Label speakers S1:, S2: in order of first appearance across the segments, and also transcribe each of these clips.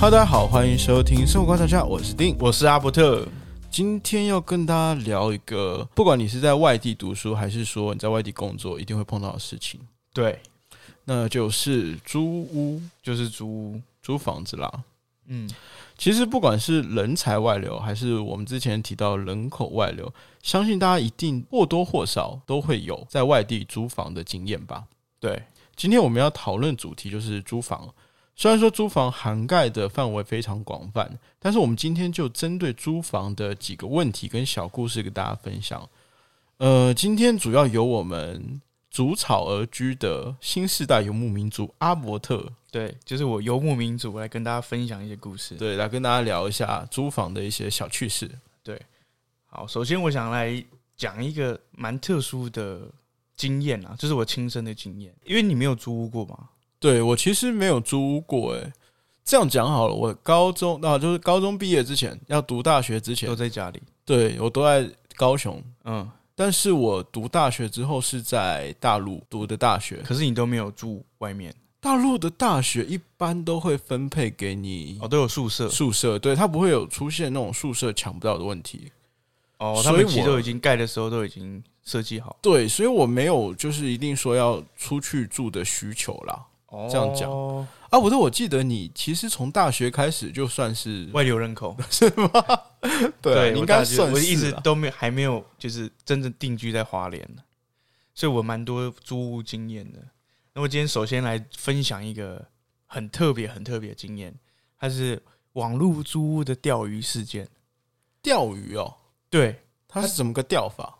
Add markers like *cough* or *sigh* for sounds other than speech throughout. S1: Hello，大家好，欢迎收听生活观察家，我是丁。
S2: 我是阿伯特。
S1: 今天要跟大家聊一个，不管你是在外地读书，还是说你在外地工作，一定会碰到的事情，
S2: 对，
S1: 那就是租屋、
S2: 就是租屋。
S1: 租房子啦。
S2: 嗯，
S1: 其实不管是人才外流，还是我们之前提到人口外流，相信大家一定或多或少都会有在外地租房的经验吧。
S2: 对，
S1: 今天我们要讨论主题就是租房。虽然说租房涵盖的范围非常广泛，但是我们今天就针对租房的几个问题跟小故事给大家分享。呃，今天主要由我们逐草而居的新世代游牧民族阿伯特，
S2: 对，就是我游牧民族来跟大家分享一些故事。
S1: 对，来跟大家聊一下租房的一些小趣事。
S2: 好，首先我想来讲一个蛮特殊的经验啊，就是我亲身的经验，因为你没有租屋过嘛。
S1: 对我其实没有租屋过、诶，这样讲好了，我高中啊，就是高中毕业之前要读大学之前
S2: 都，在家里。
S1: 对我都在高雄，
S2: 嗯，
S1: 但是我读大学之后是在大陆读的大学，
S2: 可是你都没有住外面，
S1: 大陆的大学一般都会分配给你
S2: 哦，都有宿舍
S1: 宿舍，对，它不会有出现那种宿舍抢不到的问题。
S2: 哦，他
S1: 所以
S2: 们其
S1: 我
S2: 实都已经盖的时候都已经设计好。
S1: 对，所以我没有就是一定说要出去住的需求啦。
S2: 哦
S1: 这样讲啊，不是，我记得你其实从大学开始就算是
S2: 外流人口，
S1: 对，
S2: 我
S1: 你应该
S2: 大学
S1: 算
S2: 我一
S1: 是
S2: 直
S1: 啦
S2: 都没有还没有就是真正定居在花莲的，所以我蛮多租屋经验的。那我今天首先来分享一个很特别、很特别的经验，它是网络租屋的钓鱼事件。
S1: 钓鱼哦，
S2: 对
S1: 它是怎么个钓法？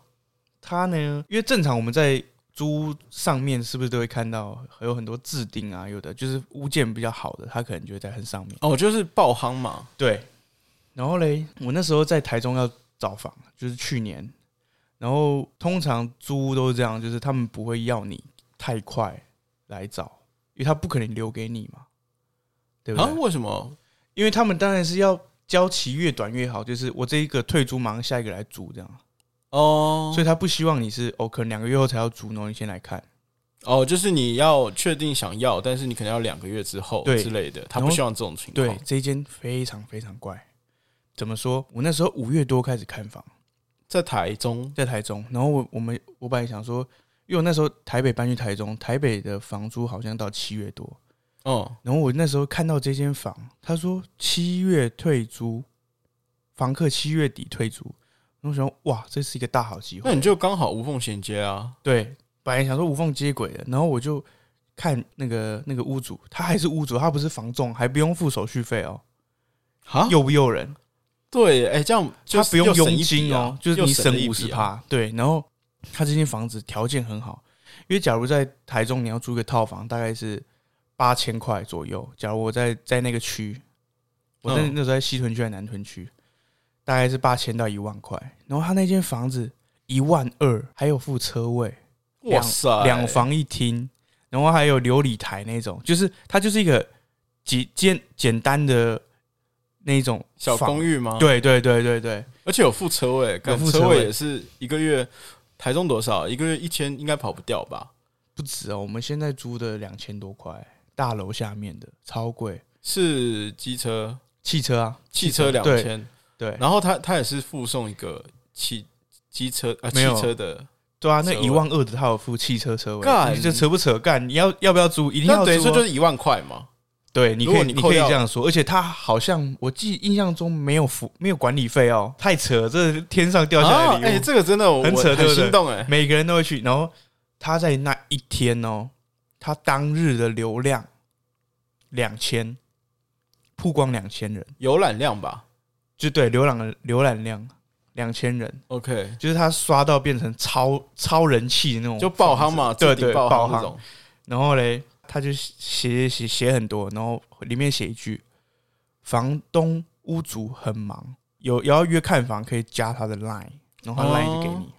S2: 它呢，因为正常我们在租屋上面是不是都会看到有很多置顶啊，有的就是物件比较好的，它可能就会在很上面。
S1: 哦，就是爆夯嘛，
S2: 对，然后嘞，我那时候在台中要找房，就是去年，然后通常租屋都是这样，就是他们不会要你太快来找，因为他不可能留给你嘛，对不
S1: 啊，
S2: 对？
S1: 为什么？
S2: 因为他们当然是要交期越短越好，就是我这一个退租，马上下一个来租这样，
S1: 哦
S2: 所以他不希望你是哦，可能两个月后才要租，然后你先来看，
S1: 哦，就是你要确定想要，但是你可能要两个月之后
S2: 对
S1: 之类的，他
S2: 然
S1: 不
S2: 后
S1: 希望这种情况。
S2: 对，这一间非常非常怪。怎么说？我那时候五月多开始看房。
S1: 在台中，
S2: 在台中，然后我我们我本来想说，因为我那时候台北搬去台中，台北的房租好像到七月多，
S1: 嗯，
S2: 然后我那时候看到这间房，他说七月退租，房客七月底退租，然后我想哇，这是一个大好机
S1: 那
S2: 会
S1: 你，就刚好无缝衔接啊。
S2: 对，本来想说无缝接轨的，然后我就看那个那个屋主，他还是屋主，他不是房仲，还不用付手续费哦，
S1: 啊，
S2: 诱不诱人？
S1: 对，哎、这样就
S2: 他
S1: 是
S2: 不用
S1: 又省
S2: 佣
S1: 一笔
S2: 金
S1: 啊
S2: 哦，就是你
S1: 又省了
S2: 省
S1: 一
S2: 五十
S1: 笔啊。
S2: 趴。对，然后他这间房子条件很好，因为假如在台中你要租个套房，大概是八千块左右。假如我在在那个区，我在
S1: 嗯
S2: 那时候在西屯区还是南屯区，大概是八千到一万块。然后他那间房子一万二，还有附车位，
S1: 哇塞，
S2: 两房一厅，然后还有琉璃台那种，就是它就是一个简简简单的那种
S1: 小
S2: 房
S1: 公。寓吗？，
S2: 对对对对对，
S1: 而且有付车位，干
S2: 附
S1: 车
S2: 车
S1: 位
S2: 位
S1: 也是一个月，台中多少？一个月一千，应该跑不掉吧？
S2: 不止哦，我们现在租的两千多块，大楼下面的超贵，
S1: 是机车，
S2: 汽车啊，
S1: 汽车两
S2: 对
S1: 千，
S2: 对，
S1: 然后他他也是附送一个汽机车啊，汽
S2: 没有
S1: 车的，
S2: 对啊，
S1: 车
S2: 那
S1: 位
S2: 一万二的他有付汽车车
S1: 干
S2: 位，你这扯不扯？干，你要要不要租？一定
S1: 那
S2: 要租、
S1: 等于说就
S2: 啊。
S1: 是一万块嘛。
S2: 对，你
S1: 如
S2: 可
S1: 果
S2: 以
S1: 你
S2: 你
S1: 扣
S2: 可以
S1: 掉
S2: 这样说，而且他好像我记印象中没有付没有管理费哦，太扯，这是天上掉下来
S1: 啊，
S2: 的礼物。
S1: 哎、这个真的我
S2: 很扯
S1: 我
S2: 对不对
S1: 心动哎、
S2: 每个人都会去，然后他在那一天哦，他当日的流量两千，曝光两千人，
S1: 浏览量吧
S2: 就对浏览的浏览量两千人。
S1: ，OK，
S2: 就是他刷到变成超超人气的那种，
S1: 就爆夯。嘛，
S2: 哦对
S1: 置顶
S2: 对
S1: 爆
S2: 爆
S1: 夯这
S2: 夯
S1: 种，
S2: 然后嘞，他就写写写很多，然后里面写一句：房东屋主很忙，有有要约看房可以加他的 line，然后他
S1: 哦
S2: line 就给你，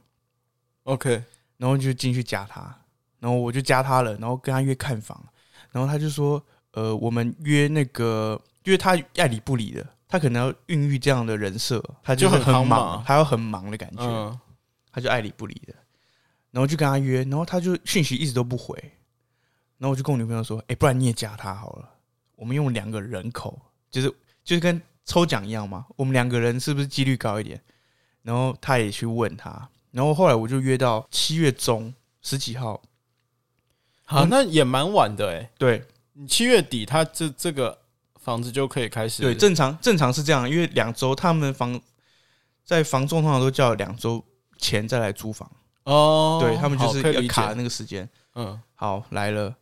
S1: OK，
S2: 然后就进去加他，然后我就加他了，然后跟他约看房，然后他就说：呃，我们约那个，因为他爱理不理的。他可能要孕育这样的人设，他就是
S1: 就很夯
S2: 很
S1: 嘛
S2: 忙，他要很忙的感觉。
S1: 嗯，
S2: 他就爱理不理的，然后就跟他约，然后他就讯息一直都不回，然后我就跟我女朋友说，哎、不然你也加他好了，我们用两个人口就是就是跟抽奖一样嘛，我们两个人是不是几率高一点？然后他也去问他，然后后来我就约到七月中十几号，
S1: 好，
S2: 嗯
S1: 那也蛮晚的哎、
S2: 对
S1: 你七月底，他这这个房子就可以开始
S2: 对，正常正常是这样，因为两周他们房在房仲通常都叫两周前再来租房，
S1: 哦，
S2: 对他们就
S1: 好
S2: 是
S1: 可以
S2: 要
S1: 理解
S2: 卡那个时间。
S1: 嗯，
S2: 好来了，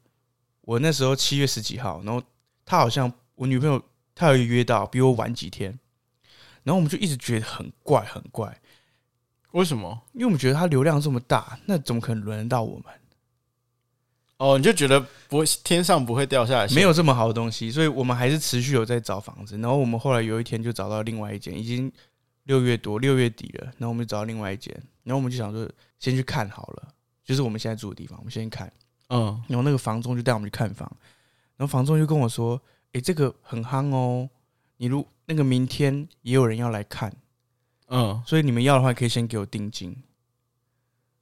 S2: 我那时候七月十几号，然后她好像我女朋友她有约到比我晚几天，然后我们就一直觉得很怪很怪，
S1: 为什么？
S2: 因为我们觉得她流量这么大，那怎么可能轮得到我们？
S1: 哦，你就觉得不会天上不会掉下来，
S2: 没有这么好的东西，所以我们还是持续有在找房子。然后我们后来有一天就找到另外一间，已经六月多六月底了，然后我们就找到另外一间，然后我们就想说先去看好了，就是我们现在住的地方，我们先看。
S1: 嗯，
S2: 然后那个房东就带我们去看房，然后房东就跟我说：“诶，这个很夯哦，你如那个明天也有人要来看，
S1: 嗯，
S2: 所以你们要的话可以先给我定金，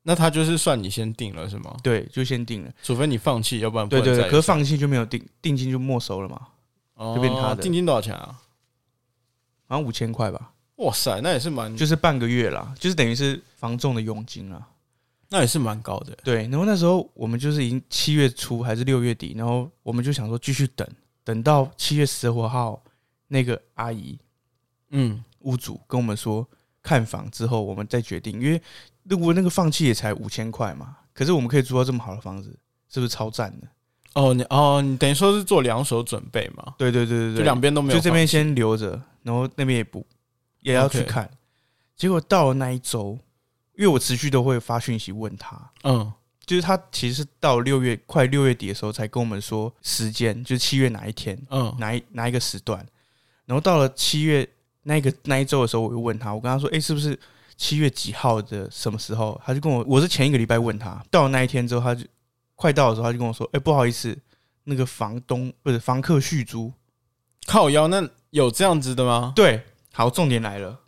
S1: 那他就是算你先定了是吗？
S2: 对，就先定了。
S1: 除非你放弃，要不然不
S2: 对
S1: 能
S2: 对
S1: 再
S2: 对，可是放弃就没有定，定金就没收了嘛，
S1: 哦
S2: 就变他的
S1: 定金多少钱啊？
S2: 好像五千块吧，
S1: 哇塞，那也是蛮，
S2: 就是半个月啦，就是等于是房仲的佣金啦。
S1: 那也是蛮高的。欸
S2: 对，然后那时候我们就是已经七月初还是六月底，然后我们就想说继续等，等到七月十五号那个阿姨
S1: 嗯，
S2: 屋主跟我们说看房之后，我们再决定，因为如果那个放弃也才五千块嘛，可是我们可以租到这么好的房子，是不是超赞的？
S1: 哦，你哦，你等于说是做两手准备嘛？
S2: 对对对
S1: 就
S2: 对对
S1: 两，边都没有
S2: 就
S1: 放，
S2: 这边先留着，然后那边也不也要去
S1: OK
S2: 看。结果到了那一周，因为我持续都会发讯息问他，
S1: 嗯，
S2: 就是他其实是到六月快六月底的时候才跟我们说时间，就是七月哪一天，
S1: 嗯
S2: 哪一哪一个时段，然后到了七月那一个那一周的时候，我就问他，我跟他说，哎、是不是七月几号的什么时候？他就跟我，我是前一个礼拜问他，到了那一天之后，他就快到的时候，他就跟我说，哎、不好意思，那个房东不是房客续租，
S1: 靠腰，那有这样子的吗？
S2: 对，好，重点来了，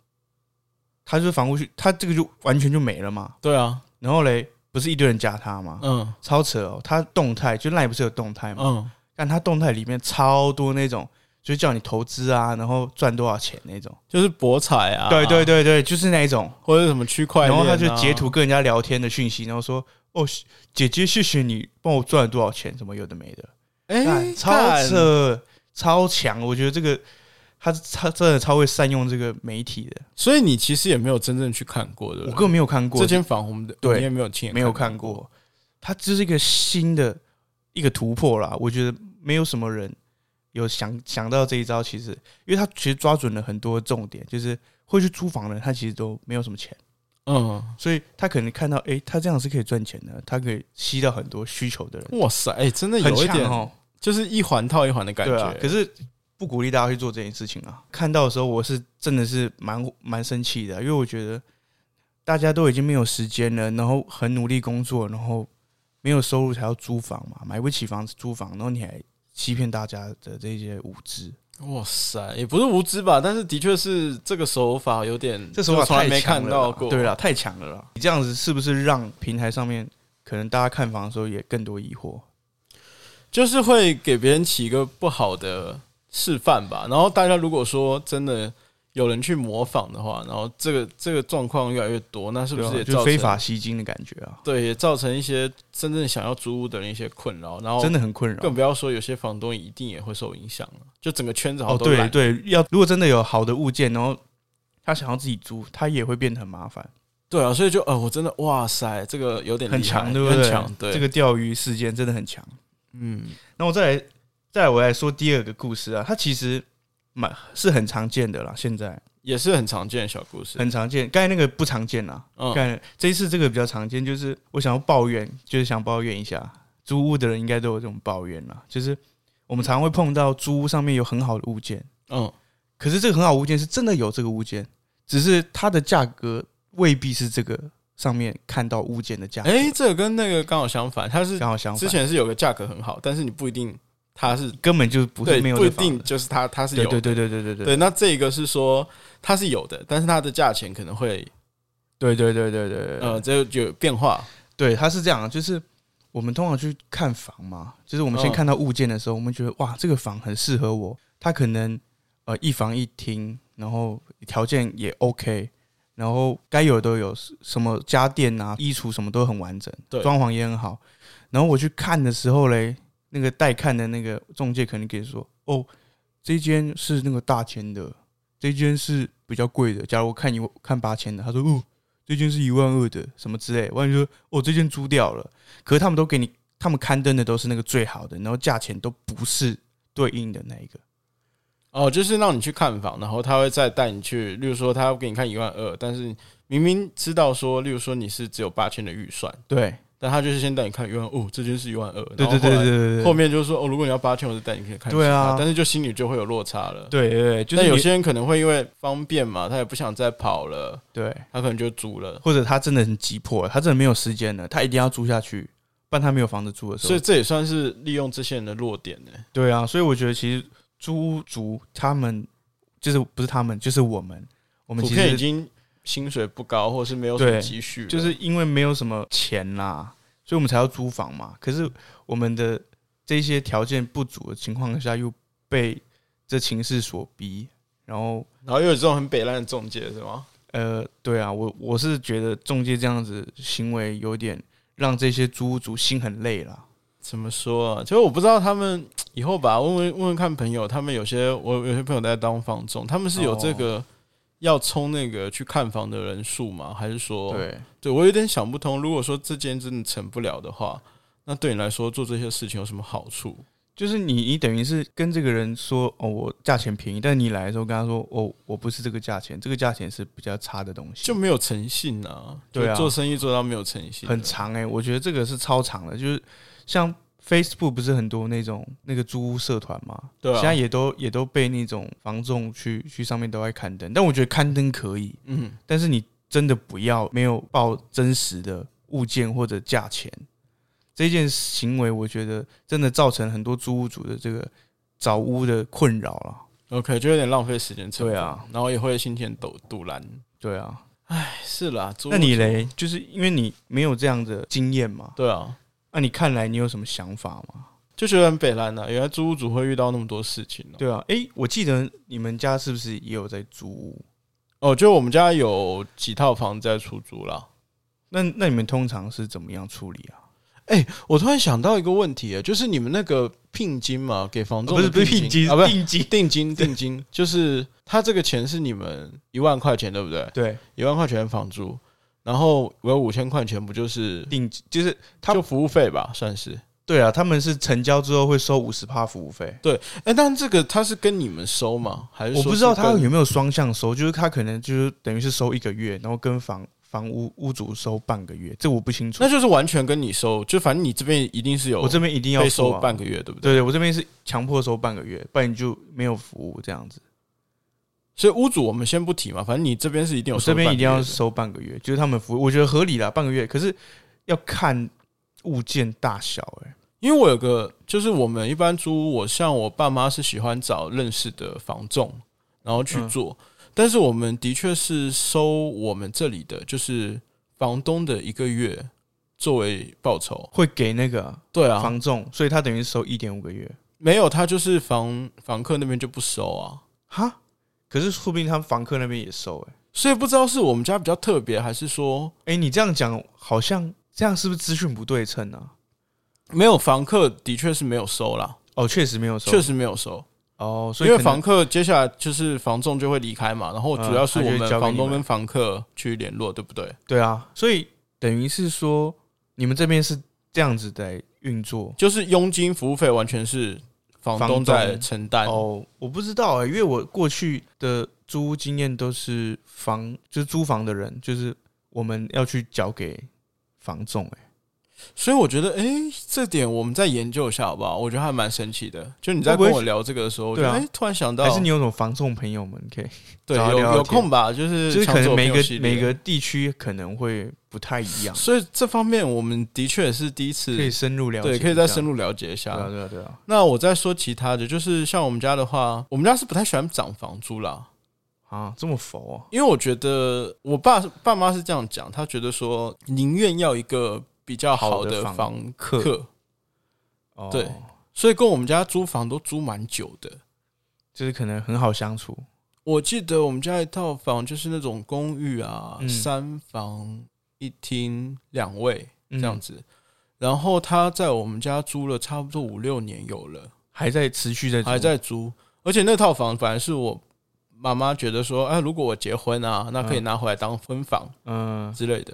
S2: 他就是房屋续，他这个就完全就没了嘛，
S1: 对啊，
S2: 然后嘞，不是一堆人加他吗？
S1: 嗯
S2: 超扯哦！他动态就赖不是有动态吗？
S1: 嗯，
S2: 但他动态里面超多那种，就是叫你投资啊，然后赚多少钱那种。
S1: 就是博彩啊，
S2: 对对，对对，就是那一种。
S1: 或者是什么区块
S2: 然
S1: 链啊，
S2: 后他就截图跟人家聊天的讯息，然后说：“哦，姐姐，谢谢你帮我赚了多少钱，什么有的没的。
S1: 哎、
S2: 干超
S1: 干，
S2: 扯，超强！我觉得这个他他真的超会善用这个媒体的。
S1: 所以你其实也没有真正去看过，对不
S2: 我根
S1: 对？
S2: 本没有看过
S1: 这，间房我们的
S2: 对
S1: 你也没有亲眼
S2: 没有看，过，它就是一个新的一个突破啦。我觉得没有什么人有想想到这一招，其实因为他其实抓准了很多重点，就是会去租房的人，他其实都没有什么钱。
S1: 嗯，
S2: 所以他可能看到，诶，他这样是可以赚钱的，他可以吸到很多需求的人，
S1: 哇塞，哎、真的
S2: 很
S1: 有一
S2: 强
S1: 点，
S2: 哦，
S1: 就是一环套一环的感觉。
S2: 对啊。可是不鼓励大家去做这件事情啊。看到的时候，我是真的是蛮蛮生气的，因为我觉得大家都已经没有时间了，然后很努力工作，然后没有收入才要租房嘛，买不起房子租房，然后你还欺骗大家的这些无知，
S1: 哇塞，也不是无知吧，但是的确是这个手法有点，
S2: 这手法
S1: 就从来
S2: 太
S1: 没看
S2: 强了
S1: 到
S2: 啦
S1: 过。
S2: 对啦，太强了啦！你这样子是不是让平台上面可能大家看房的时候也更多疑惑？
S1: 就是会给别人起一个不好的示范吧。然后大家如果说真的有人去模仿的话，然后这个这个状况越来越多，那是不
S2: 对
S1: 是
S2: 吧
S1: 也
S2: 就
S1: 造
S2: 非
S1: 成
S2: 法吸金的感觉啊？
S1: 对也造成一些真正想要租屋的人一些困扰？然后
S2: 真的很困扰。
S1: 更不要说有些房东一定也会受影响了，就整个圈子好
S2: 哦，
S1: 像都
S2: 对
S1: 懒。
S2: 对，要如果真的有好的物件，然后他想要自己租，他也会变得很麻烦，
S1: 对啊，所以就呃，我真的哇塞，这个有点
S2: 很
S1: 厉害
S2: 强，对不对？
S1: 很强，对
S2: 这个钓鱼事件真的很强。
S1: 嗯
S2: 那我再来，再来我来说第二个故事啊，它其实蛮是很常见的啦，现在
S1: 也是很常见的小故事。
S2: 很常见。刚才那个不常见啦，
S1: 嗯
S2: 看、这一次这个比较常见，就是我想要抱怨，就是想抱怨一下，租屋的人应该都有这种抱怨啦，就是我们常会碰到租屋上面有很好的物件。
S1: 嗯，
S2: 可是这个很好物件是真的有这个物件，只是它的价格未必是这个上面看到物件的价格。
S1: 哎、这个跟那个刚好相反，它是
S2: 刚好相
S1: 之
S2: 反，
S1: 前是有个价格很好，但是你不一定它是
S2: 根本就不
S1: 对，
S2: 是没有
S1: 不
S2: 这
S1: 一
S2: 房
S1: 定
S2: 子。
S1: 就是它它是有
S2: 对对对对对对对
S1: 对那这个是说它是有的，但是它的价钱可能会
S2: 对对对对对对，
S1: 呃，这就有变化。
S2: 对，它是这样，就是我们通常去看房嘛，就是我们先
S1: 嗯
S2: 看到物件的时候，我们觉得哇，这个房很适合我，它可能呃一房一厅，然后条件也 OK，然后该有的都有，什么家电啊、衣橱什么都很完整，
S1: 对
S2: 装潢也很好。然后我去看的时候嘞，那个带看的那个中介肯定可以说，哦，这间是那个大千的，这间是比较贵的。假如我看一看八千的，他说哦，这间是一万二的，什么之类。万一说哦，这间租掉了，可是他们都给你，他们刊登的都是那个最好的，然后价钱都不是对应的那一个。
S1: 哦，就是让你去看房，然后他会再带你去，例如说他要给你看一万二，但是明明知道说，例如说你是只有八千的预算，
S2: 对，
S1: 但他就是先带你看一万哦，这间是一万二，
S2: 对
S1: 然后后
S2: 对对
S1: 来
S2: 对对
S1: 后
S2: 对，
S1: 面就是说哦，如果你要八千，我就带你去看其他，
S2: 对啊
S1: 但是就心里就会有落差了。
S2: 对对对，就是
S1: 但有
S2: 你
S1: 些人可能会因为方便嘛，他也不想再跑了，
S2: 对，
S1: 他可能就租了，
S2: 或者他真的很急迫，他真的没有时间了，他一定要租下去，不然他没有房子住的时候
S1: 所以。这也算是利用这些人的弱点呢、
S2: 对啊，所以我觉得其实租屋族他们就是不是他们，就是我们，我们
S1: 普
S2: 其
S1: 遍已
S2: 实
S1: 经薪水不高，或者是没有什么
S2: 对
S1: 积蓄了，
S2: 就是因为没有什么钱啦，所以我们才要租房嘛。可是我们的这些条件不足的情况下，又被这情势所逼，然后
S1: 然后又有这种很北烂的中介是吗？
S2: 呃，对啊，我我是觉得中介这样子行为有点让这些租屋族心很累啦。
S1: 怎么说啊？其实我不知道他们以后吧，问问问问看朋友，他们有些我有些朋友在当房仲，他们是有这个、要冲那个去看房的人数吗？还是说，
S2: 对，
S1: 对我有点想不通。如果说这间真的成不了的话，那对你来说做这些事情有什么好处？
S2: 就是你，你等于是跟这个人说，哦，我价钱便宜，但你来的时候跟他说，哦，我不是这个价钱，这个价钱是比较差的东西，
S1: 就没有诚信啊！
S2: 对啊
S1: 就做生意做到没有诚信，
S2: 很长哎、我觉得这个是超长的，就是像 Facebook 不是很多那种那个租屋社团嘛，
S1: 对啊
S2: 现在也都也都被那种房仲去去上面都在刊登，但我觉得刊登可以，
S1: 嗯，
S2: 但是你真的不要没有报真实的物件或者价钱，这件行为我觉得真的造成很多租屋主的这个找屋的困扰了。
S1: OK，就有点浪费时间成本
S2: 对啊，
S1: 然后也会心情抖肚烂。
S2: 对啊，
S1: 哎是啦，租
S2: 那你嘞，就是因为你没有这样的经验嘛，
S1: 对啊，
S2: 那、你看来你有什么想法吗？
S1: 就觉得很北烂呐、原来租屋主会遇到那么多事情哦、
S2: 对啊，诶，我记得你们家是不是也有在租屋？
S1: 哦，就我们家有几套房子在出租啦。
S2: 那那你们通常是怎么样处理啊？
S1: 我突然想到一个问题，就是你们那个聘金嘛，给房
S2: 哦
S1: 东
S2: 不是不是
S1: 聘
S2: 聘金，
S1: 啊，不是
S2: 定金。
S1: 定金，定金就是他这个钱是你们一万块钱对不对？
S2: 对，
S1: 一万块钱房租，然后我有五千块钱不就是
S2: 定金就是他
S1: 就服务费吧，算是。
S2: 对啊，他们是成交之后会收五十趴服务费。
S1: 哎，但这个他是跟你们收吗？还是
S2: 我
S1: 说
S2: 不知
S1: 是
S2: 道他
S1: 跟
S2: 有没有双向收，就是他可能就是等于是收一个月，然后跟房房屋屋主收半个月，这我不清楚
S1: 那。就是完全跟你收，就反正你这边一定是有
S2: 我这边一定要
S1: 被
S2: 收
S1: 收
S2: 啊
S1: 半个月，对不对？
S2: 对对，我这边是强迫收半个月，不然你就没有服务这样子。
S1: 所以屋主我们先不提嘛，反正你这边是一定有
S2: 我
S1: 收
S2: 这
S1: 半个月的，
S2: 边一定要收半个月，就是他们服务，我觉得合理啦，半个月。可是要看物件大小、欸，
S1: 因为我有个，就是我们一般租屋，我像我爸妈是喜欢找认识的房仲，然后
S2: 嗯
S1: 去做。但是我们的确是收我们这里的，就是房东的一个月作为报酬。
S2: 会给那个
S1: 对啊，
S2: 房仲，所以他等于收一点五个月。
S1: 没有他就是房房客那边就不收啊，
S2: 哈，可是说不定他们房客那边也收、欸，
S1: 所以不知道是我们家比较特别，还是说
S2: 哎、你这样讲好像这样是不是资讯不对称啊？
S1: 没有房客的确是没有收啦，
S2: 哦，确实没有收，
S1: 确实没有收。
S2: 哦，所以
S1: 因为
S2: 可能
S1: 房客接下来就是房仲就会离开嘛，然后主要是我
S2: 嗯他就
S1: 们
S2: 交给
S1: 房东
S2: 你们
S1: 跟房客去联络，对不对？
S2: 对啊，所以等于是说你们这边是这样子在运作。
S1: 就是佣金服务费完全是房东在承担。
S2: 哦，我不知道哎、因为我过去的租屋经验都是房，就是租房的人，就是我们要去交给房仲哎、
S1: 所以我觉得，哎、这点我们再研究一下好不好？我觉得还蛮神奇的。就你在
S2: 会不会
S1: 跟我聊这个的时候，我觉得哎、
S2: 对啊
S1: 诶突然想到，
S2: 还是你有种房仲朋友们可以，
S1: 对
S2: 找他
S1: 有
S2: 聊聊
S1: 有
S2: 天
S1: 空吧？就是
S2: 就是可
S1: 抢走
S2: 能每
S1: 朋
S2: 个
S1: 友系列
S2: 每个地区可能会不太一样，
S1: 所以这方面我们的确是第一次
S2: 可以深入了解，
S1: 对，可以再深
S2: 入
S1: 入了解一下。
S2: 对啊对啊对啊
S1: 那我再说其他的，就是像我们家的话，我们家是不太喜欢涨房租啦。
S2: 啊，这么佛、啊，
S1: 因为我觉得我爸爸妈是这样讲，他觉得说宁愿要一个比较好
S2: 好的
S1: 的
S2: 房
S1: 房
S2: 客
S1: 客，
S2: 哦
S1: 对所以跟我们家租房都租蛮久的，
S2: 就是可能很好相处。
S1: 我记得我们家一套房就是那种公寓啊，
S2: 嗯
S1: 三房一厅两卫
S2: 这
S1: 这样子。然后他在我们家租了差不多五六年有了，
S2: 还在持续在
S1: 还在租，而且那套房反而是我妈妈觉得说，哎，如果我结婚啊，那可以拿回来当婚房
S2: 嗯
S1: 之类的。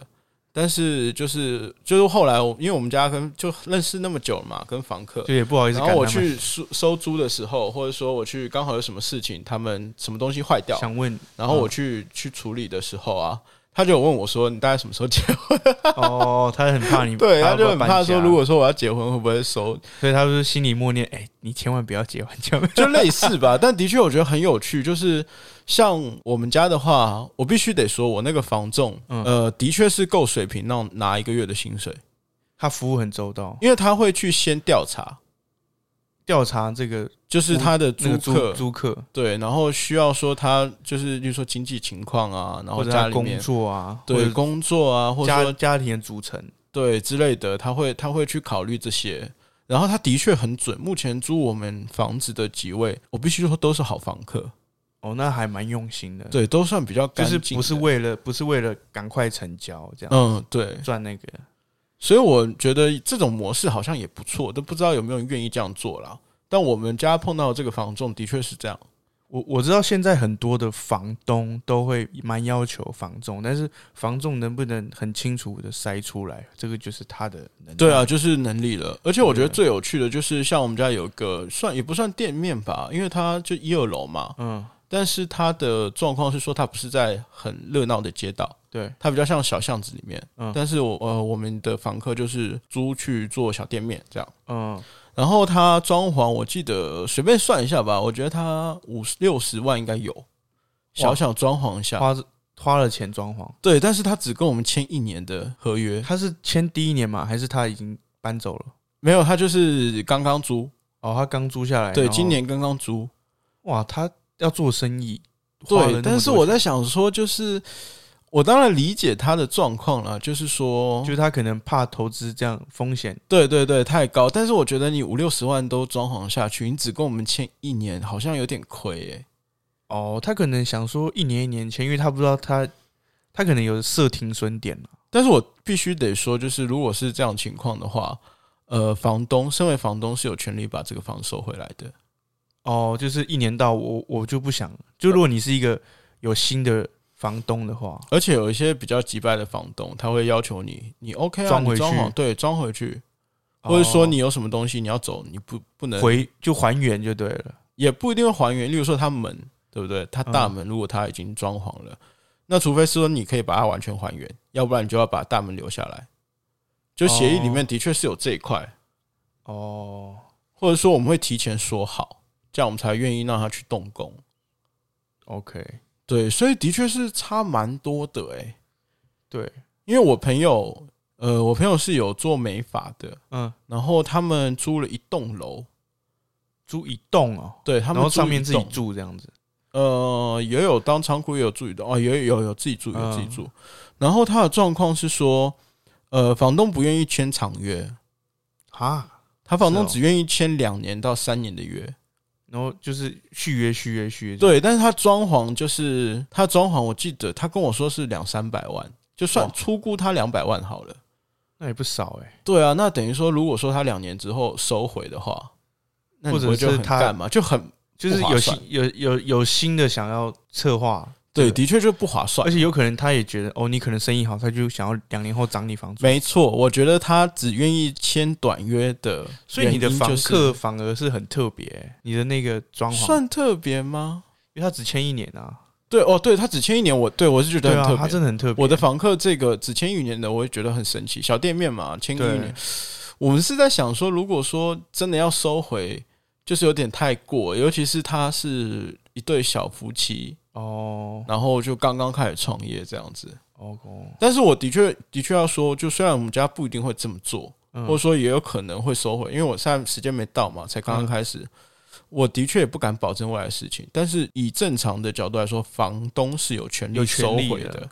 S1: 但是就是就是后来我因为我们家跟就认识那么久了嘛，跟房客，
S2: 就也不好意思
S1: 然
S2: 赶
S1: 后
S2: 他们。
S1: 我去收收租的时候，或者说我去刚好有什么事情，他们什么东西坏掉，
S2: 想
S1: *laughs*
S2: 嗯问
S1: 然后我去、去处理的时候啊，他就有问我说：“你大概什么时候结婚
S2: 哦，他很怕？”你，
S1: 对，
S2: 他
S1: 他
S2: 要
S1: 就很
S2: 搬
S1: 怕说，
S2: 家
S1: 如果说我要结婚，会不会收？
S2: 所以他就是心里默念：“哎、你千万不要 *laughs* 结婚，千万。
S1: 就类似吧。 *laughs* 但的确，我觉得很有趣，就是像我们家的话，我必须得说，我那个房仲，
S2: 嗯
S1: 呃，的确是够水平，让拿一个月的薪水，”
S2: 他服务很周到，
S1: 因为他会去先调查，
S2: 调查这个
S1: 就是他的
S2: 那
S1: 租
S2: 个
S1: 客，
S2: 租租客
S1: 对，然后需要说他就是，例如说经济情况啊，然后
S2: 或者
S1: 家
S2: 他
S1: 里
S2: 工
S1: 面。
S2: 作啊，或
S1: 对
S2: 者
S1: 工作啊，或者
S2: 家
S1: 说
S2: 家庭的组成，
S1: 对之类的，他会他会去考虑这些。然后他的确很准，目前租我们房子的几位，我必须说都是好房客，
S2: 哦，那还蛮用心的。，
S1: 对，都算比较
S2: 就
S1: 干
S2: 是
S1: 净的，
S2: 不是为了不是为了赶快成交这样
S1: 嗯对，
S2: 赚那个，
S1: 所以我觉得这种模式好像也不错，都不知道有没有人愿意这样做啦。但我们家碰到这个房仲的确是这样，
S2: 我我知道现在很多的房东都会蛮要求房仲，但是房仲能不能很清楚的筛出来，这个就是他的能力。
S1: 对啊，，就是能力了。而且我觉得最有趣的就是像我们家有一个算也不算店面吧，因为它就一二楼嘛，
S2: 嗯，
S1: 但是它的状况是说它不是在很热闹的街道，
S2: 对，
S1: 它比较像小巷子里面，
S2: 嗯
S1: 但是我呃我们的房客就是租去做小店面这样，
S2: 嗯，
S1: 然后它装潢我记得随便算一下吧，我觉得它五十六十万应该有，小小装潢一下，
S2: 花花了钱装潢，
S1: 对，但是他只跟我们签一年的合约，
S2: 他是签第一年嘛，还是他已经搬走了？
S1: 没有，他就是刚刚租，
S2: 哦，他刚租下来，
S1: 对，
S2: 然后
S1: 今年刚刚租，
S2: 哇，他要做生意，花了那
S1: 对，
S2: 么
S1: 但是
S2: 多
S1: 我
S2: 钱
S1: 在想说，就是我当然理解他的状况了，就是说，
S2: 就是他可能怕投资这样风险，
S1: 对对对，太高。但是我觉得你五六十万都装潢下去，你只跟我们签一年，好像有点亏诶、
S2: 哦，他可能想说一年一年签，因为他不知道他他可能有设停损点啊
S1: 但是我必须得说，就是如果是这样情况的话，呃，房东身为房东是有权利把这个房收回来的。
S2: 哦，就是一年到我我就不想，就如果你是一个有新的房东的话，
S1: 而且有一些比较急败的房东，他会要求你，你 OK 啊，
S2: 装
S1: 你
S2: 回
S1: 装潢
S2: 去
S1: 对，装回去，或者说
S2: 哦
S1: 你有什么东西你要走，你不不能，
S2: 回就还原就对了，
S1: 也不一定会还原。例如说他门，对不对？他大门如果他已经装潢了，那除非是说你可以把它完全还原，要不然你就要把大门留下来。就协议里面的确是有这一块，
S2: 哦
S1: 或者说我们会提前说好，这样我们才愿意让他去动工。
S2: ，OK，
S1: 对，所以的确是差蛮多的诶、
S2: 对，
S1: 因为我朋友，呃，我朋友是有做美发的，
S2: 嗯，
S1: 然后他们租了一栋楼，
S2: 租一栋哦，
S1: 对他
S2: 然
S1: 们
S2: 后
S1: 租
S2: 上
S1: 一
S2: 面自己
S1: 栋，
S2: 住这样子，
S1: 呃，也有当仓库，也有住一栋，哦，也有有有自己住，有自己
S2: 嗯
S1: 住。然后他的状况是说，呃，房东不愿意签长约，
S2: 啊，
S1: 他房东
S2: 是哦
S1: 只愿意签两年到三年的约。
S2: 然后就是续约续约续约，，
S1: 对，但是他装潢就是他装潢，我记得他跟我说是两三百万，就算
S2: 哇
S1: 出估他两百万好了。
S2: 那也不少哎、
S1: 对啊，那等于说，如果说他两年之后收回的话，那你
S2: 或者
S1: 不会就是很
S2: 他
S1: 干嘛？就很
S2: 就是
S1: 不划
S2: 有
S1: 算
S2: 新有有有新的想要策划，
S1: 对，的
S2: 对
S1: 确就不划算
S2: 而。且有可能他也觉得哦，你可能生意好，他就想要两年后涨你房租，
S1: 没错，我觉得他只愿意签短约的，
S2: 所以你的房
S1: 就是
S2: 客反而是很特别欸、你的那个装潢，
S1: 算特别吗？
S2: 因为他只签一年啊，
S1: 对哦，对他只签一年，我对我是觉
S2: 对
S1: 得很
S2: 啊，
S1: 特
S2: 他
S1: 别。
S2: 真的很特别。
S1: 我的房客这个只签一年的，我也觉得很神奇。小店面嘛，签一
S2: 对
S1: 年，我们是在想说，如果说真的要收回，就是有点太过，尤其是他是一对小夫妻，
S2: 哦
S1: 然后就刚刚开始创业这样子。
S2: 哦哦，
S1: 但是我的确的确要说，就虽然我们家不一定会这么做，
S2: 嗯
S1: 或者说也有可能会收回，因为我现在时间没到嘛，才刚
S2: 嗯
S1: 刚开始。我的确也不敢保证未来的事情，但是以正常的角度来说，房东是有权利
S2: 有权
S1: 收
S2: 利
S1: 回
S2: 的
S1: 的，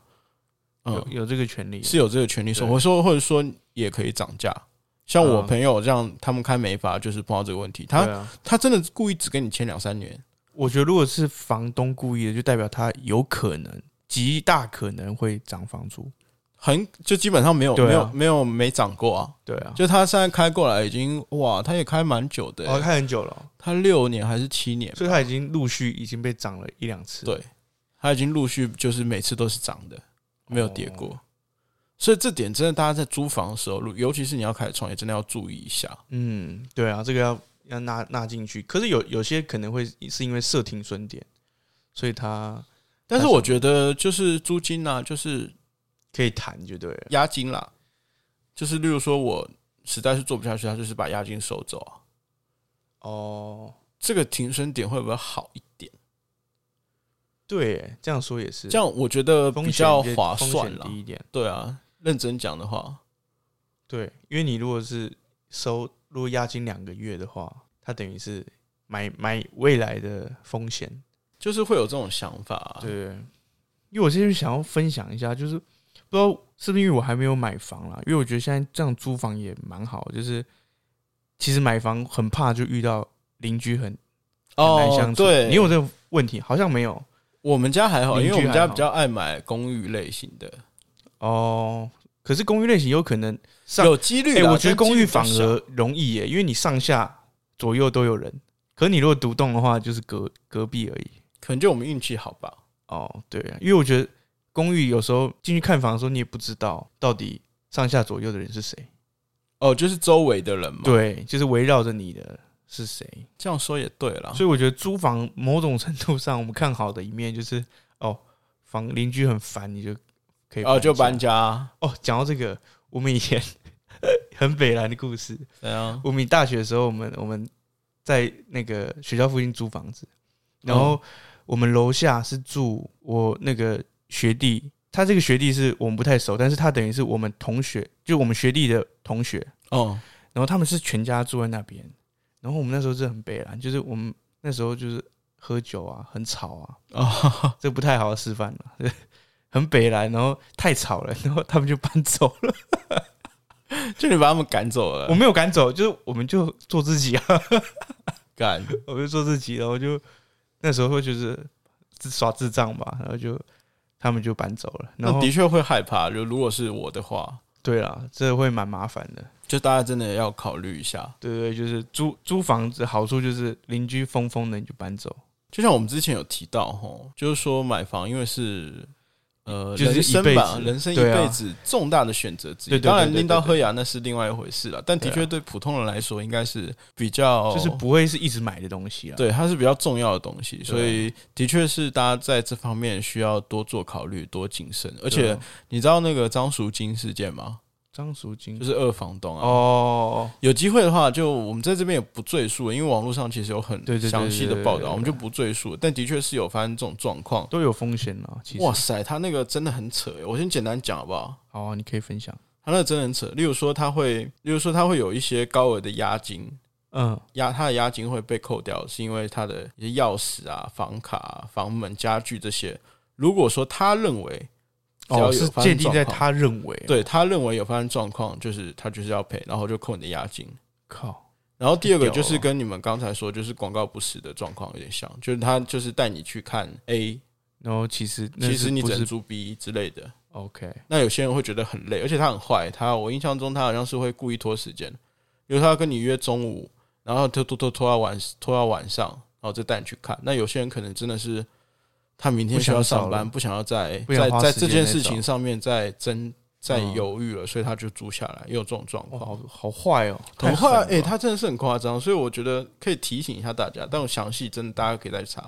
S2: 有
S1: 嗯，
S2: 有这个权利，啊
S1: 是有这个权利收
S2: 对
S1: 回，说或者说也可以涨价。像我
S2: 嗯
S1: 朋友这样，他们开美发就是碰到这个问题，他
S2: 对啊，
S1: 他真的故意只跟你签两三年，
S2: 我觉得如果是房东故意的，就代表他有可能，极大可能会涨房租。
S1: 很就基本上没有、
S2: 对啊
S1: 没有没有没涨过啊。
S2: 对啊，
S1: 就他现在开过来已经哇，他也开蛮久的、欸
S2: 哦，看很久了哦，
S1: 他六年还是七年，
S2: 所以他已经陆续已经被涨了一两次。
S1: 对他已经陆续就是每次都是涨的，没有跌过。
S2: 哦
S1: 所以这点真的，大家在租房的时候，如尤其是你要开始创业，真的要注意一下。
S2: 嗯，对啊，这个要要纳纳进去。可是有有些可能会是因为设停损点，所以他
S1: 但是我觉得就是租金啊，就是
S2: 可以谈就对了。
S1: 押金啦，就是例如说我实在是做不下去，他就是把押金收走啊。
S2: 哦，
S1: 这个停损点会不会好一点？
S2: 对耶，这样说也是，
S1: 这样我觉得
S2: 风
S1: 比
S2: 险
S1: 较
S2: 也
S1: 划
S2: 风
S1: 算
S2: 险
S1: 啦。
S2: 低一点。
S1: 对啊，认真讲的话，
S2: 对，因为你如果是收如果押金两个月的话，它等于是买买未来的风险。
S1: 就是会有这种想法、啊。
S2: 对，因为我这边想要分享一下，就是不知道是不是因为我还没有买房啦，因为我觉得现在这样租房也蛮好，就是其实买房很怕就遇到邻居很很难
S1: 哦
S2: 相，处。
S1: 对，
S2: 你有这个问题？好像没有
S1: 我们家还好，因为我们家
S2: 邻居还好
S1: 比较爱买公寓类型的，
S2: 哦。可是公寓类型有可能上，
S1: 有几率
S2: 哎、
S1: 啦。
S2: 我觉
S1: 但
S2: 得
S1: 几
S2: 公
S1: 率
S2: 寓
S1: 比较
S2: 反
S1: 小
S2: 而容易耶，因为你上下左右都有人。可你如果独栋的话，就是隔隔壁而已。
S1: 可能就我们运气好吧。
S2: 哦，对啊，因为我觉得公寓有时候进去看房的时候，你也不知道到底上下左右的人是谁。
S1: 哦，就是周围的人嘛。，
S2: 对，就是围绕着你的是谁。
S1: 这样说也对啦。
S2: 所以我觉得租房某种程度上，我们看好的一面就是哦，房邻居很烦，你就可以
S1: 哦，就
S2: 搬
S1: 搬
S2: 家。
S1: 家啊，
S2: 哦，讲到这个，我们以前 *laughs* 很北蓝的故事。
S1: 对啊，
S2: 我们大学的时候，我们我们在那个学校附近租房子，然后我们楼下是住我那个学弟，他这个学弟是我们不太熟，但是他等于是我们同学，就我们学弟的同学，
S1: 哦，
S2: 然后他们是全家住在那边，然后我们那时候是很悲然，就是我们那时候就是喝酒啊，很吵啊，
S1: 哦， *laughs*
S2: 这不太好示范了， *laughs* 很北蓝，然后太吵了，然后他们就搬走了，
S1: 就你把他们赶走
S2: 我
S1: 了，
S2: 没有赶走，就是我们就做自己啊。
S1: 赶
S2: 我就做自己，然后就那时候会就是自耍智障吧，然后就他们就搬走了。然
S1: 那
S2: 后
S1: 的确会害怕。就如果是我的话，
S2: 对啦，这会蛮麻烦的。
S1: 就大家真的要考虑一下。
S2: 对对，就是租租房子好处就是邻居疯疯的你就搬走，
S1: 就像我们之前有提到，吼，就是说买房，因为是呃，
S2: 就是
S1: 人
S2: 一
S1: 生
S2: 辈
S1: 吧，
S2: 子
S1: 人生一
S2: 对啊
S1: 辈子重大的选择之一。
S2: 对对对
S1: 当然，
S2: 对对
S1: 拎到
S2: 对
S1: 喝牙那是另外一回事了，但的
S2: 对啊
S1: 确对普通人来说，应该是比较
S2: 就是不会是一直买的东西啊。
S1: 哦对，它是比较重要的东西，
S2: 啊
S1: 所以的确是大家在这方面需要多做考虑、多谨慎。而
S2: 对啊，
S1: 且你知道那个张淑金事件吗？
S2: 张淑金
S1: 就是二房东啊。
S2: 嗯哦，
S1: 有机会的话，就我们在这边也不赘述，因为网络上其实有很
S2: 对对对
S1: 详细的
S2: 对对
S1: 报
S2: 对
S1: 道，
S2: 对
S1: 我们就不赘述。但的确是有发生这种状况。
S2: 都有风险啊。其实
S1: 哇塞，他那个真的很扯耶！我先简单讲好不好？
S2: 好啊，你可以分享。
S1: 他那个真的很扯。例如说，他会，例如说他会有一些高额的押金，
S2: 嗯，
S1: 押他的押金会被扣掉，是因为他的一些钥匙啊、房卡啊、房门、家具这些。如果说他认为只要有
S2: 哦，是
S1: 发生
S2: 建立在
S1: 状况
S2: 他认为啊
S1: 对他认为有发生状况，就是他就是要赔，然后就扣你的押金。
S2: 靠
S1: 然后第二个就
S2: 屌
S1: 是
S2: 哦
S1: 跟你们刚才说，就是广告不实的状况有点像，就是他就是带你去看 A，
S2: 然后其实那
S1: 其实
S2: 是
S1: 你
S2: 不
S1: 只能
S2: 是
S1: 租 B 之类的。
S2: OK，
S1: 那有些人会觉得很累，而且他很坏。他我印象中他好像是会故意拖时间，比如说他跟你约中午，然后拖拖拖拖到晚拖到晚上，然后再带你去看。那有些人可能真的是他明天需要上班，不想要再
S2: 不想
S1: 在
S2: 花
S1: 在
S2: 时
S1: 这
S2: 间
S1: 件
S2: 再
S1: 事
S2: 找
S1: 情上面再争再
S2: 嗯
S1: 犹豫了，所以他就租下来，也有这种状
S2: 哇，
S1: 况。
S2: 好好坏哦，
S1: 很
S2: 太
S1: 坏
S2: 狠
S1: 啊，
S2: 了
S1: 哎、他真的是很夸张，所以我觉得可以提醒一下大家，但我详细真的大家可以再查，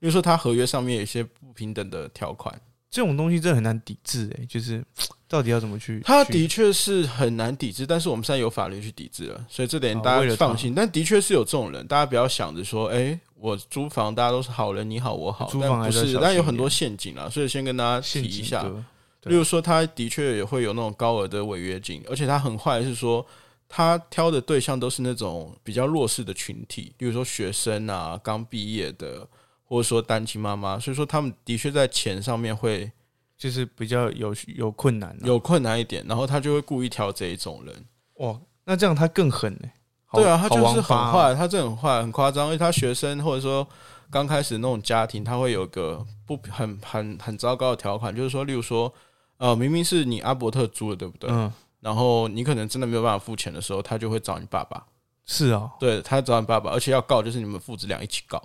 S1: 比如说他合约上面有一些不平等的条款。
S2: 这种东西真的很难抵制哎、就是到底要怎么去？
S1: 他
S2: 去
S1: 的确是很难抵制，但是我们现在有法律去抵制了，所以这点
S2: 哦
S1: 大
S2: 为
S1: 家
S2: 了他
S1: 放心。但的确是有这种人，大家不要想着说，哎、我租房大家都是好人，你好我好，
S2: 租
S1: 但
S2: 房还
S1: 不
S2: 是要
S1: 是，
S2: 小
S1: 但
S2: 心
S1: 有
S2: 一
S1: 很多
S2: 点
S1: 陷阱啊，所以先跟大家提
S2: 陷
S1: 一
S2: 阱
S1: 下。
S2: 哥对
S1: 例如说，他的确也会有那种高额的违约金，而且他很坏，是说他挑的对象都是那种比较弱势的群体，例如说学生啊、刚毕业的，或者说单亲妈妈，所以说他们的确在钱上面会
S2: 就是比较有有困难、啊。
S1: 有困难一点，然后他就会故意挑这一种人。
S2: 哇，那这样他更狠哎、好
S1: 对啊，他就
S2: 好
S1: 是
S2: 王八
S1: 很
S2: 啊
S1: 坏，他这很坏，很夸张，因为他学生或者说刚开始那种家庭，它会有个不很很很糟糕的条款，就是说，例如说，呃，明明是你阿伯特租的，对不对？
S2: 嗯，
S1: 然后你可能真的没有办法付钱的时候，他就会找你爸爸，
S2: 是啊，
S1: 对他找你爸爸，而且要告就是你们父子俩一起告。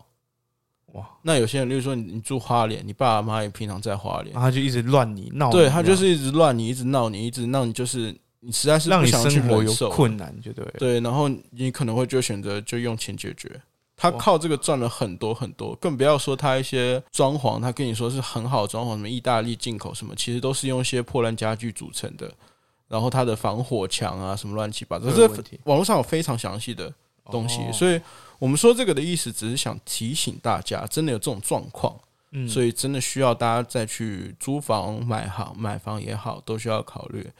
S2: 哇，
S1: 那有些人，例如说你你住花莲，你爸爸妈妈也平常在花莲
S2: 然，后他就一直乱你闹你啊这样，
S1: 对他就是一直乱你，一直闹你，一直闹你，就是你实在是
S2: 让
S1: 不
S2: 你
S1: 想去
S2: 生活
S1: 忍
S2: 有
S1: 受，啊
S2: 困难，就对了。
S1: 对，然后你可能会就选择就用钱解决。他
S2: 哇
S1: 靠这个赚了很多很多，更不要说他一些装潢，他跟你说是很好的装潢，什么意大利进口什么，其实都是用一些破烂家具组成的。然后它的防火墙啊，什么乱七八糟，
S2: 都有
S1: 这
S2: 问题
S1: 网络上有非常详细的东西。
S2: 哦
S1: 所以我们说这个的意思，只是想提醒大家，真的有这种状况，
S2: 嗯，
S1: 所以真的需要大家再去租房、买好买房也好，都需要考虑。
S2: 对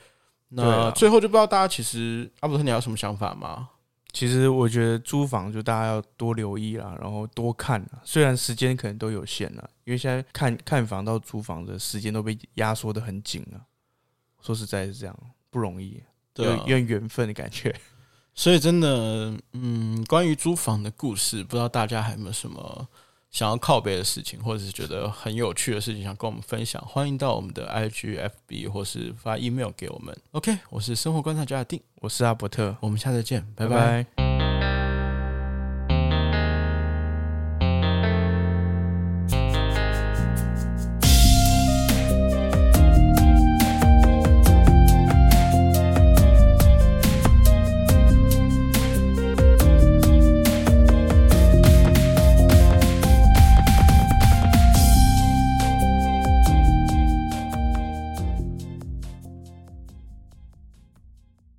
S1: 那
S2: 啊
S1: 最后就不知道大家其实阿伯特，你还有什么想法吗？
S2: 其实我觉得租房就大家要多留意啦，然后多看啦。虽然时间可能都有限啦，因为现在看看房到租房的时间都被压缩的很紧啊。说实在是这样，不容易，
S1: 对、
S2: 有
S1: 啊
S2: 有，点缘分的感觉。 *laughs*
S1: 所以真的，嗯，关于租房的故事，不知道大家还有没有什么想要靠背的事情，或者是觉得很有趣的事情想跟我们分享，欢迎到我们的 IG、FB 或是发 email 给我们。OK，我是生活观察家的定，
S2: 我是阿伯特，
S1: 我们下次见，拜
S2: 拜
S1: 拜
S2: 拜